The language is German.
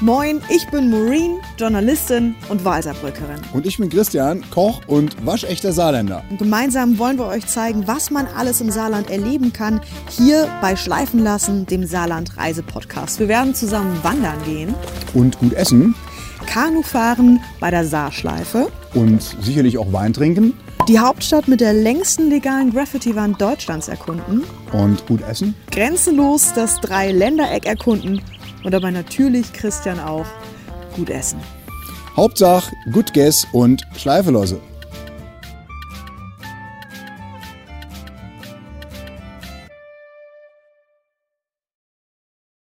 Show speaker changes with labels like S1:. S1: Moin, ich bin Maureen, Journalistin und Wahlsaarbrückerin.
S2: Und ich bin Christian, Koch und waschechter Saarländer.
S1: Und gemeinsam wollen wir euch zeigen, was man alles im Saarland erleben kann, hier bei Schleifen lassen, dem Saarland Reise Podcast. Wir werden zusammen wandern gehen,
S2: Und gut essen
S1: Kanu fahren bei der Saarschleife,
S2: und sicherlich auch Wein trinken
S1: die Hauptstadt mit der längsten legalen Graffiti-Wand Deutschlands erkunden,
S2: und gut essen.
S1: grenzenlos das Dreiländereck erkunden und dabei natürlich Christian auch gut essen.
S2: Hauptsache gut Guess und Schleifelose.